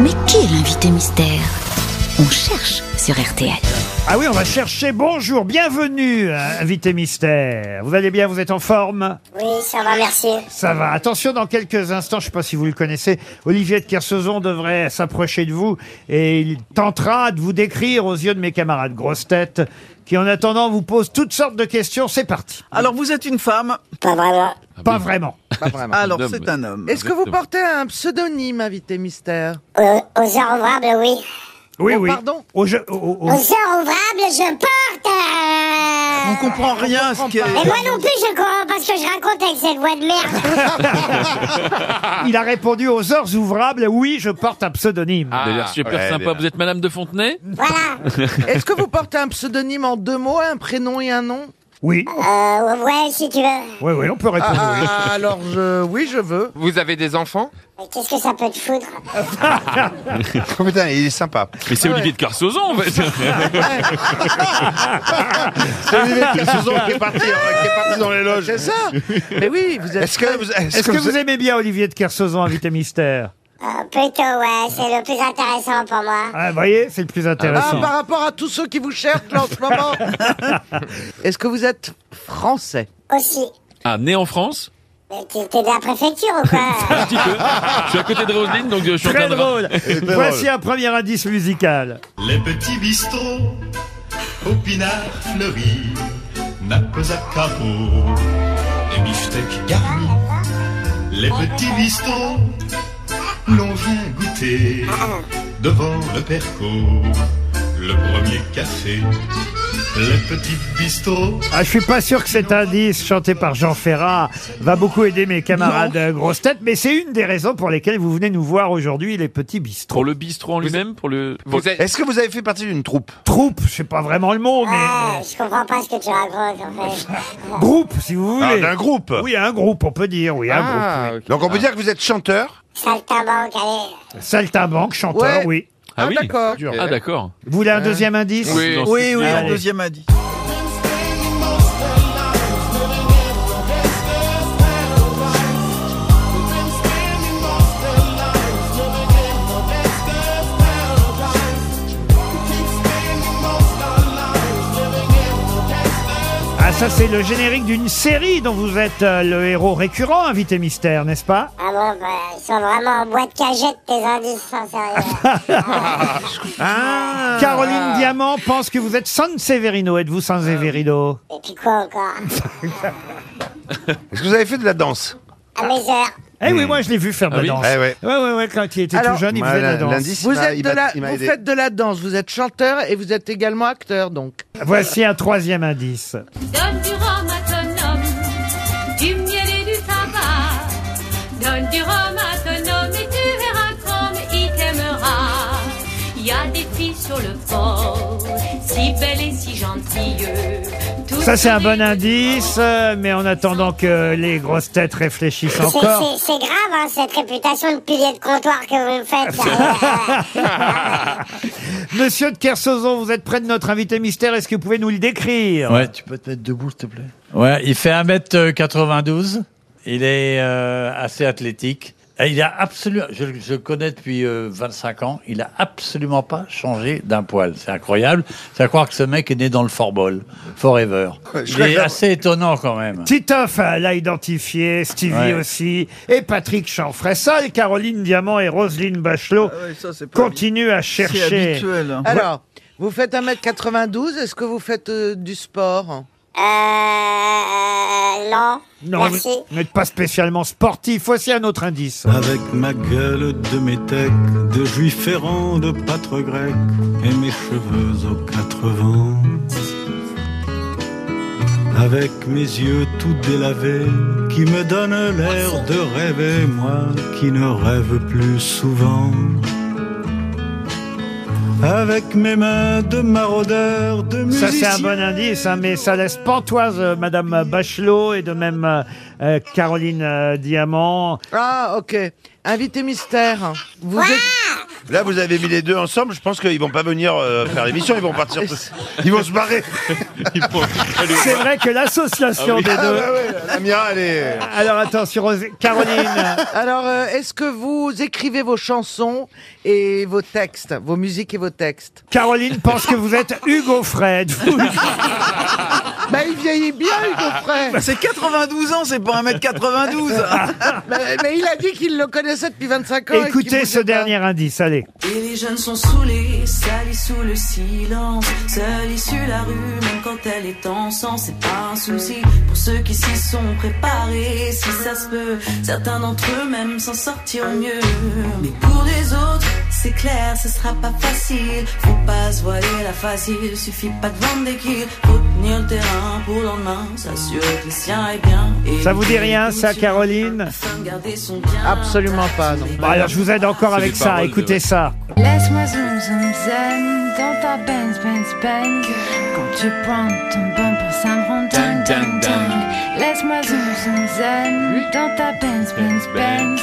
Mais qui est l'invité mystère On cherche sur RTL. Ah oui, on va chercher. Bonjour, bienvenue, euh, invité mystère. Vous allez bien, vous êtes en forme Oui, ça va, merci. Ça va. Attention, dans quelques instants, je ne sais pas si vous le connaissez, Olivier de Kersauzon devrait s'approcher de vous et il tentera de vous décrire aux yeux de mes camarades grosses têtes qui, en attendant, vous posent toutes sortes de questions. C'est parti. Alors vous êtes une femme, Pas vraiment. Pas vraiment. alors c'est un homme. Ah, Est-ce que vous portez un pseudonyme, invité mystère Euh, aux enrourables, oui. Oui, Oh, oui. pardon Au jeu- au- au- Aux enrourables, je porte On un... comprend rien à ce qui est- Et moi non plus, je comprends pas ce que je raconte avec cette voix de merde. Ah. Il a répondu aux heures ouvrables. Oui, je porte un pseudonyme. Ah. Vous avez l'air super sympa. Vous êtes Madame de Fontenay voilà. Est-ce que vous portez un pseudonyme en deux mots, un prénom et un nom Oui. Euh, ouais, si tu veux. Oui, oui, on peut répondre. oui. Ah, Alors, je... oui, je veux. Vous avez des enfants Mais Qu'est-ce que ça peut te foutre Oh putain, il est sympa. Mais c'est Olivier de Carsozon, en fait. C'est Olivier de Kersauzon qui est parti, euh, qui est parti dans les loges. C'est ça Mais oui, vous êtes... Est-ce que vous, est-ce Est-ce que vous aimez bien Olivier de Kersauzon, invité mystère euh, Plutôt, ouais, c'est le plus intéressant pour moi. Ah, vous voyez, c'est le plus Ah, intéressant. par rapport à tous ceux qui vous cherchent là, en ce moment Est-ce que vous êtes français Aussi. Ah, né en France Mais t'es t'es de la préfecture ou quoi Un petit peu. Je suis à côté de Roselyne, donc euh, je suis en Très train de... drôle. Voici un premier indice musical. Les petits bistrots, au pinard fleuri, nappes à carreaux et beefsteak garni. Les petits bistrots, l'on vient goûter devant le perco, le premier café. Les petits bistrots, Ah, je suis pas sûr que cet indice chanté par Jean Ferrat va beaucoup aider mes camarades euh, grosses têtes, mais c'est une des raisons pour lesquelles vous venez nous voir aujourd'hui, les petits bistrots. Pour le bistrot en lui-même Pour le... vous êtes- est-ce que vous avez fait partie d'une troupe Troupe, je sais pas vraiment le mot, Ah, mais euh, je comprends pas ce que tu racontes, en fait. groupe, si vous Ah, voulez. D'un groupe Oui, un groupe, on peut dire, oui, un Ah. Donc on peut dire que vous êtes chanteur Saltimbanque, allez. groupe. Saltimbanque, chanteur, Ouais. oui. Ah oui d'accord. Ah d'accord. Vous voulez un deuxième indice Oui. Dans ce- Oui, oui, Allez. un deuxième a dit. Ah, ça, c'est le générique d'une série dont vous êtes euh, le héros récurrent, invité mystère, n'est-ce pas Ah bon, bah, ils sont vraiment en boîte cagette, tes indices, sans sérieux. Caroline Diamant pense que vous êtes San Severino. Êtes-vous San Severino Et puis quoi encore Est-ce que vous avez fait de la danse À mes heures. Eh oui, moi je l'ai vu faire de la Ah oui danse. Eh ouais. Ouais, ouais, ouais, quand il était Alors, tout jeune, il Moi, faisait de la danse. L'indice, Vous, il m'a- êtes il de m'a- la... il m'a vous aidé. faites de la danse, vous êtes chanteur et vous êtes également acteur, donc. Voici un troisième indice. Donne du rhum à ton homme, du miel et du tabac. Donne du rhum à ton homme et tu verras comme il t'aimera. Il y a des filles sur le port, si belles et si gentilles. Toutes Ça, c'est un solides bon indice, euh, mais en attendant que les grosses têtes réfléchissent C'est- encore. c'est- C'est grave, hein, cette réputation de pilier de comptoir que vous me faites. là. Monsieur de Kersauzon, vous êtes près de notre invité mystère. Est-ce que vous pouvez nous le décrire Ouais. Tu peux te mettre debout, s'il te plaît. Ouais, il fait 1m92. Il est euh, assez athlétique. Et il a absolument, je, je le connais depuis euh, 25 ans, il a absolument pas changé d'un poil. C'est incroyable. C'est à croire que ce mec est né dans le Forball, Forever. Il est assez étonnant quand même. Titoff euh, l'a identifié, Stevie Ouais. aussi, et Patrick Chanfressal, Caroline Diamant et Roselyne Bachelot Ah ouais, ça, c'est pas continuent à habi- C'est chercher. habituel. hein. Alors, vous faites 1m92, est-ce que vous faites euh, du sport Euh, euh, non. Non, vous Merci. n'êtes pas spécialement sportif. Voici un autre indice. Avec ma gueule de métèque, de juif errant, de pâtre grec, et mes cheveux aux quatre vents. Avec mes yeux tout délavés, qui me donnent l'air de rêver, moi qui ne rêve plus souvent. Avec mes mains de maraudeur, de musicien. Ça, c'est un bon indice, hein, mais ça laisse pantoise euh, Madame Bachelot et de même euh, euh, Caroline euh, Diamant. Ah, ok. Invité mystère. Vous êtes... Là, vous avez mis les deux ensemble. Je pense qu'ils vont pas venir euh, faire l'émission. Ils vont partir. tous- Ils vont se barrer. C'est vrai que l'association des Ah, deux. bah ouais, la mienne, elle est. Alors attention, Rosé- Caroline. Alors, euh, est-ce que vous écrivez vos chansons et vos textes, vos musiques et vos textes Caroline pense que vous êtes Hugo Fred. Vous- Bah, il vieillit bien, Hugo Frey C'est 92 ans, c'est pas 1m92. mais, mais il a dit qu'il le connaissait depuis 25 ans. et qu'il Écoutez ce bougeait pas. dernier indice, allez. Et les jeunes sont saoulés, salis sous le silence, seuls issus la rue, même quand elle est en sang, c'est pas un souci pour ceux qui s'y sont préparés, si ça se peut, certains d'entre eux même s'en sortiront mieux. Mais pour les autres, c'est clair, ce sera pas facile, faut pas se voiler la face, il suffit pas de vendre des kills, faut tenir le terrain pour le lendemain, s'assurer que le sien est bien. Et Ça vous dit rien, ça, Caroline afin de garder son bien. Absolument pas, non. Bon, alors je vous aide encore avec des ça, paroles de- écoutez ça. Laisse-moi zoom zoom zen dans ta Benz Benz Benz quand tu prends ton bain pour Saint-Rondin. Ding, ding, ding. Laisse-moi zoom zoom zen dans ta Benz Benz Benz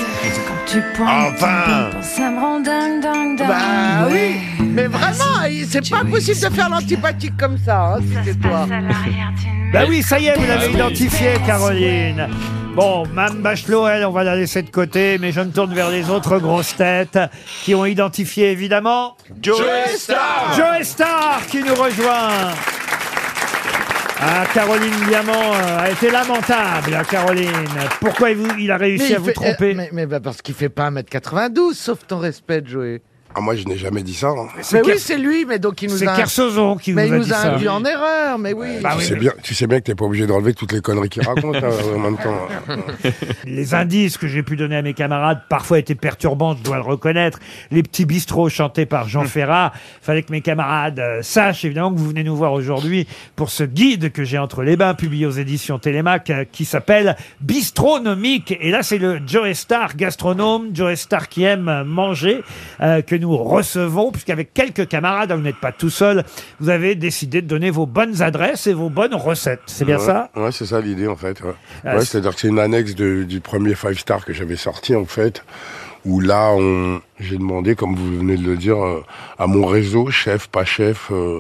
quand tu prends ton Enfin bain pour Saint-Rondin. ding, ding. Bah oui, mais vraiment, il- c'est pas possible de faire l'antipathique comme ça, hein, Ça se c'était toi. passe à l'arrière d'une Bah oui, ça y est, vous l'avez oui. identifié, Caroline. Bon, Mme Bachelot, elle, on va la laisser de côté, mais je me tourne vers les autres grosses têtes qui ont identifié, évidemment, Joey Star. Joe Star qui nous rejoint. Ah, Caroline Diamant euh, a été lamentable, hein, Caroline. Pourquoi il, vous- il a réussi il à vous fait- tromper euh, mais mais bah parce qu'il fait pas 1m92, sauf ton respect, Joey. Ah, moi, je n'ai jamais dit ça. hein. Ker- Mais oui, c'est lui, mais donc il nous C'est a, Kersozon qui mais vous il a nous dit a ça. induit en erreur, mais oui. Bah Tu oui, sais, mais bien, tu sais bien que t'es pas obligé d'enlever toutes les conneries qu'il raconte hein, en même temps. les indices que j'ai pu donner à mes camarades parfois étaient perturbants, je dois le reconnaître. Les petits bistrots chantés par Jean Ferrat. Fallait que mes camarades euh, sachent évidemment que vous venez nous voir aujourd'hui pour ce guide que j'ai entre les bains publié aux éditions Télémac euh, qui s'appelle Bistronomique. Et là, c'est le Joe Star gastronome, Joe Star qui aime euh, manger, euh, que nous recevons puisqu'avec quelques camarades, hein, vous n'êtes pas tout seul, vous avez décidé de donner vos bonnes adresses et vos bonnes recettes. C'est bien ouais, ça? Ouais, c'est ça l'idée en fait. ouais. Ah, Ouais, c'est- C'est-à-dire que c'est une annexe de- du premier Five Star que j'avais sorti en fait, où là, on, j'ai demandé, comme vous venez de le dire, euh, à mon réseau, chef, pas chef. euh,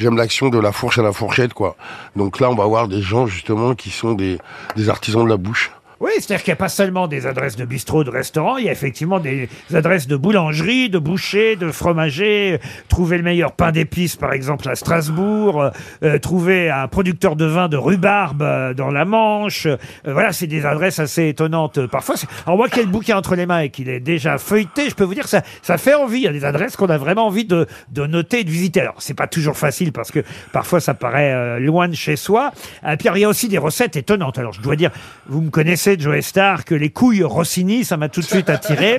J'aime l'action de la fourche à la fourchette, quoi. Donc là, on va voir des gens justement qui sont des, des artisans de la bouche. Oui, c'est-à-dire qu'il n'y a pas seulement des adresses de bistrot, de restaurants, il y a effectivement des adresses de boulangerie, de boucher, de fromager, euh, trouver le meilleur pain d'épices, par exemple, à Strasbourg, euh, euh, trouver un producteur de vin de rhubarbe euh, dans la Manche. Euh, voilà, c'est des adresses assez étonnantes. euh, Parfois, C'est- alors moi qui ai le bouquin entre les mains et qu'il est déjà feuilleté, je peux vous dire que ça, ça fait envie. Il y a des adresses qu'on a vraiment envie de, de noter et de visiter. Alors, c'est pas toujours facile parce que parfois, ça paraît euh, loin de chez soi. Euh, Pierre, il y a aussi des recettes étonnantes. Alors, je dois dire, vous me connaissez, Joe Star, que les couilles Rossini, ça m'a tout de suite attiré.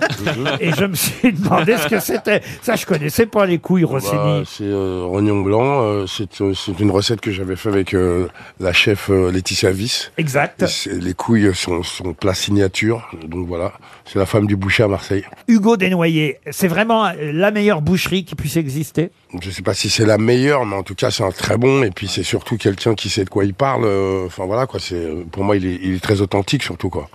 et je me suis demandé ce que c'était. Ça, je connaissais pas les couilles Bah, Rossini. c'est euh, rognon blanc. euh, c'est euh, c'est une recette que j'avais fait avec euh, la chef euh, Laetitia Vis. Exact. Et c'est- Les couilles sont son plat signature. Donc voilà, c'est la femme du boucher à Marseille. Hugo Desnoyers, c'est vraiment euh, la meilleure boucherie qui puisse exister. Je sais pas si c'est la meilleure, mais en tout cas c'est un très bon. Et puis c'est surtout quelqu'un qui sait de quoi il parle. euh, Enfin voilà quoi. C'est euh, pour moi il est, il est très authentique surtout quoi.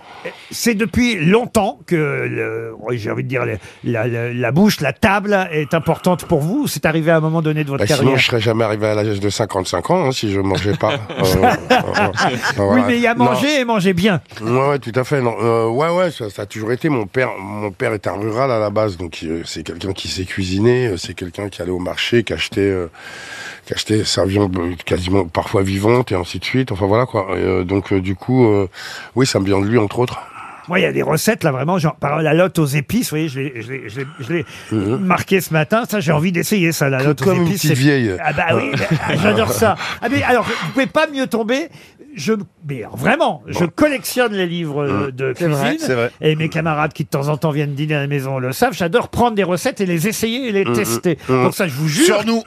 C'est depuis longtemps que, le- oui, j'ai envie de dire, le- la, la- la bouche, la table est importante pour vous. ou C'est arrivé à un moment donné de votre Bah, sinon carrière. je serais jamais arrivé à l'âge de 55 ans hein, si je mangeais pas. Euh, euh, euh, Oui, voilà. mais il y a Non. manger et manger bien. Ouais, ouais, tout à fait. Non, euh, ouais, ouais, ça, ça a toujours été. Mon père, mon père est un rural à la base, donc euh, c'est quelqu'un qui sait cuisiner, euh, c'est quelqu'un qui allait au marché, qui achetait, euh, qui achetait sa viande euh, quasiment parfois vivante et ainsi de suite. Enfin voilà quoi. Et, euh, donc euh, du coup, euh, oui, ça me vient de lui entre autres. Moi, il y a des recettes, là, vraiment, genre, par la lotte aux épices, vous voyez, je l'ai- je l'ai- je l'ai- je l'ai marqué ce matin. Ça, j'ai envie d'essayer ça, la lotte aux Comme une épices. petite c'est- vieille. Ah bah oui, bah, j'adore ça. Ah mais alors, vous pouvez pas mieux tomber. Je, mais alors, vraiment, je collectionne les livres euh, de cuisine. vrai, c'est vrai. Et mes camarades qui de temps en temps viennent dîner à la maison le savent. J'adore prendre des recettes et les essayer et les tester. Pour ça, je vous jure. Sur nous.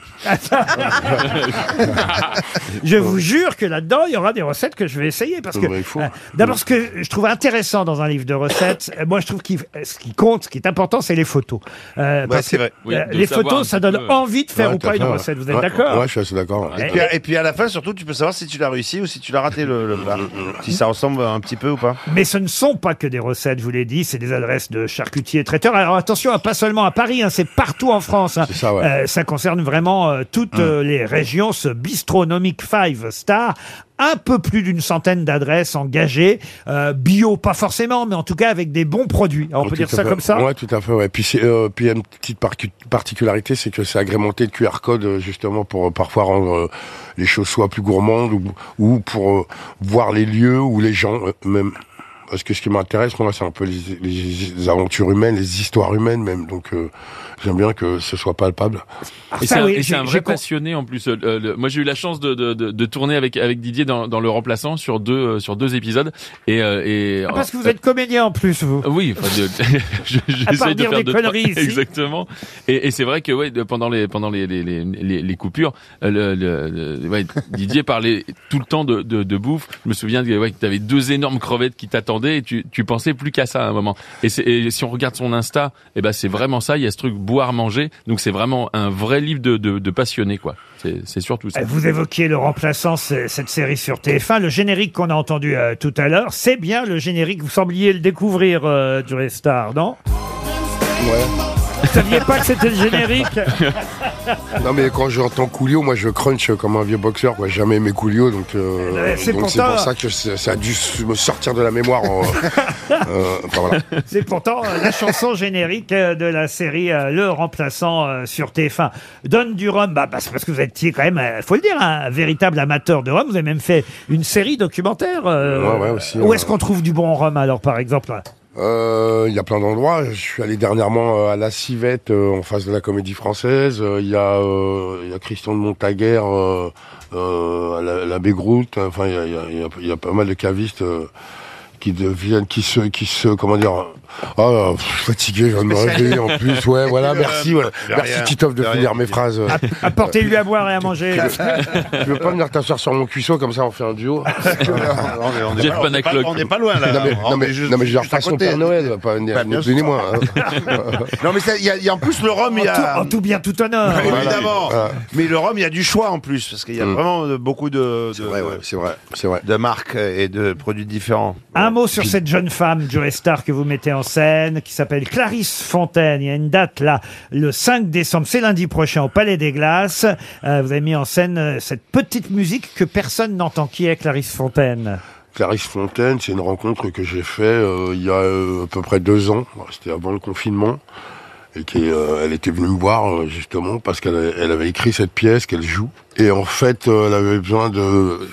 Je vous jure que là-dedans, il y aura des recettes que je vais essayer. Parce que, Ouais, bah, il faut. euh, d'abord, ce que je trouve intéressant dans un livre de recettes, euh, moi, je trouve que ce qui compte, ce qui est important, c'est les photos. Euh, parce Bah, c'est que, vrai. Oui, euh, de les savoir un photos, ça petit donne peu. envie de faire Ouais, ou tout à pas une fait, ouais. recette. Vous êtes Ah, Ouais, d'accord hein. Ouais, je suis assez d'accord. ouais. Et puis, à- et puis à la fin, surtout, tu peux savoir si tu l'as réussi ou si tu l'as gratter le, le Mm, plat. si ça ressemble un petit peu ou pas. Mais ce ne sont pas que des recettes, je vous l'ai dit, c'est des adresses de charcutiers et traiteurs. Alors attention, hein, pas seulement à Paris, hein, c'est partout en France. hein. ça, ouais. Euh, ça concerne vraiment euh, Hum. toutes euh, les régions, ce bistronomique 5 star. Un peu plus d'une centaine d'adresses engagées, euh, bio pas forcément, mais en tout cas avec des bons produits. Alors, on peut Tout dire à ça fait. comme ça Ouais, tout à fait. Ouais. Puis, c'est, euh, puis il y a une petite parcu- particularité, c'est que c'est agrémenté de QR code euh, justement pour euh, parfois rendre euh, les choses soit plus gourmandes ou, ou pour euh, voir les lieux ou les gens euh, même. Parce que ce qui m'intéresse, moi, c'est un peu les, les- les aventures humaines, les histoires humaines même. Donc, euh, j'aime bien que ce soit palpable. Ah, Et c'est un, et c'est un vrai passionné en plus. Euh, le- le- moi, j'ai eu la chance de, de, de, de tourner avec avec Didier dans, dans le remplaçant sur deux euh, sur deux épisodes. Et, euh, et Ah, Parce que vous êtes comédien en plus, vous. Euh, Oui, enfin, de- je- j'essaie À part de dire faire des deux, trois- conneries ici. Exactement. Et, et c'est vrai que ouais, de- pendant les pendant les les, les, les- les coupures, euh, le, le- le- ouais, Didier parlait tout le temps de, de, de bouffe. Je me souviens que ouais, tu avais deux énormes crevettes qui t'attendaient et tu, tu pensais plus qu'à ça à un moment. Et, c'est- et si on regarde son Insta, eh ben c'est vraiment ça. Il y a ce truc boire manger. Donc c'est vraiment un vrai livre de de, de passionné quoi. C'est c'est surtout ça. Euh, Vous évoquiez le remplaçant, c'est- cette série sur TF1. Le générique qu'on a entendu euh, tout à l'heure, c'est bien le générique. Vous sembliez le découvrir euh, du Restar, non Vous saviez pas que c'était le générique Non mais quand j'entends Coolio, moi je crunch comme un vieux boxeur, quoi. J'ai jamais aimé Coolio, donc euh, Ouais, c'est donc pour c'est ça. pour ça que ça ça a dû s- me sortir de la mémoire. en- euh, enfin, voilà. C'est pourtant euh, la chanson générique euh, de la série euh, Le Remplaçant euh, sur TF1. Donne du rhum, bah, bah, c'est parce que vous étiez quand même, euh, faut le dire, un véritable amateur de rhum. Vous avez même fait une série documentaire. euh, Ouais, ouais, aussi, où ouais. est-ce qu'on trouve du bon rhum alors, par exemple Euh, Il y a plein d'endroits. Je suis allé dernièrement euh, à la Civette, euh, en face de la Comédie Française. Euh, Il y a euh, il y a Christian de Montaguerre, euh, euh, à la, la Bégroute. Enfin, il y a, il y a- il y a- il y a pas mal de cavistes. euh, qui deviennent, qui se, qui se, comment dire, oh, pff, je suis fatigué, je viens de me réveiller en plus, ouais, voilà, merci, ouais. De merci rien. Titoff de De rien. finir mes phrases. euh. Apportez-lui à boire et à manger. Euh, Tu veux pas venir t'asseoir sur mon cuisseau comme ça on fait un Non, duo mais on est Jeff pas- on est pas- Panaclock. on n'est pas loin là. Non mais, On non, mais, est juste- non, mais je veux dire, juste à façon côté. Père Noël, pas ni, Bah, bien ni plus ni sûr. moins. hein. Non mais ça, il y, a- il y a en plus le rhum, il y a. En tout- en tout bien, tout honneur. Ouais, Voilà. Évidemment. Voilà. Mais le rhum, il y a du choix en plus, parce qu'il y a Mm. vraiment de- beaucoup de, de, C'est vrai, c'est vrai. de marques et de produits différents. Un mot sur cette jeune femme, Joe Star, que vous mettez en scène, qui s'appelle Clarisse Fontaine. Il y a une date là, le 5 décembre, c'est lundi prochain, au Palais des Glaces. Euh, vous avez mis en scène euh, cette petite musique que personne n'entend. Qui est Clarisse Fontaine Clarisse Fontaine, c'est une rencontre que j'ai fait euh, il y a euh, à peu près deux ans. C'était avant le confinement. Et qui, euh, elle était venue me voir euh, justement parce qu'elle a- elle avait écrit cette pièce qu'elle joue. Et en fait, euh, elle avait besoin de.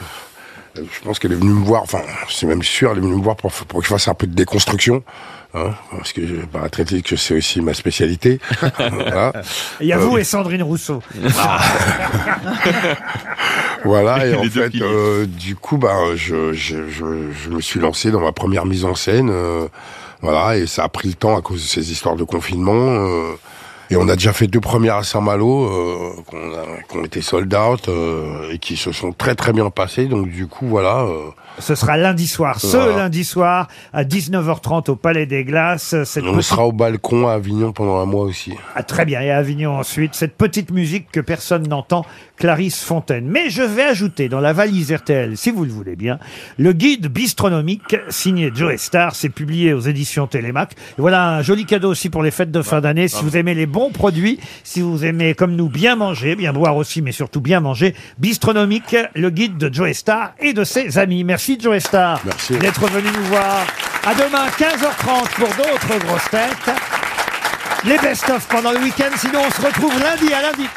Je pense qu'elle est venue me voir. Enfin, c'est même sûr, elle est venue me voir pour, pour que je fasse un peu de déconstruction. hein, parce que je vais pas traiter que c'est aussi ma spécialité. Voilà. Il y a Euh, vous et Sandrine Rousseau. Voilà, et en Les deux fait, piliers. euh, du coup, bah, je, je, je, je me suis lancé dans ma première mise en scène. euh, voilà, et ça a pris le temps à cause de ces histoires de confinement. euh, et on a déjà fait deux premières à Saint-Malo, euh, qu'on a- qu'on était sold out, euh, et qui se sont très très bien passées. Donc du coup, voilà. euh, Ce sera lundi soir, ce Voilà. lundi soir, à 19h30 au Palais des Glaces. Cette on petite- sera au balcon à Avignon pendant un mois aussi. Ah, très bien, et à Avignon ensuite, cette petite musique que personne n'entend, Clarisse Fontaine. Mais je vais ajouter dans la valise RTL, si vous le voulez bien, le guide bistronomique signé Joe Star, c'est publié aux éditions Télémac. Et voilà un joli cadeau aussi pour les fêtes de fin d'année, si vous aimez les bons produits, si vous aimez comme nous bien manger, bien boire aussi, mais surtout bien manger, bistronomique, le guide de Joe Star et de ses amis. Merci Joe Star Merci. d'être venu nous voir. À demain, 15h30 pour d'autres grosses têtes les best-of pendant le week-end. Sinon, on se retrouve lundi à lundi.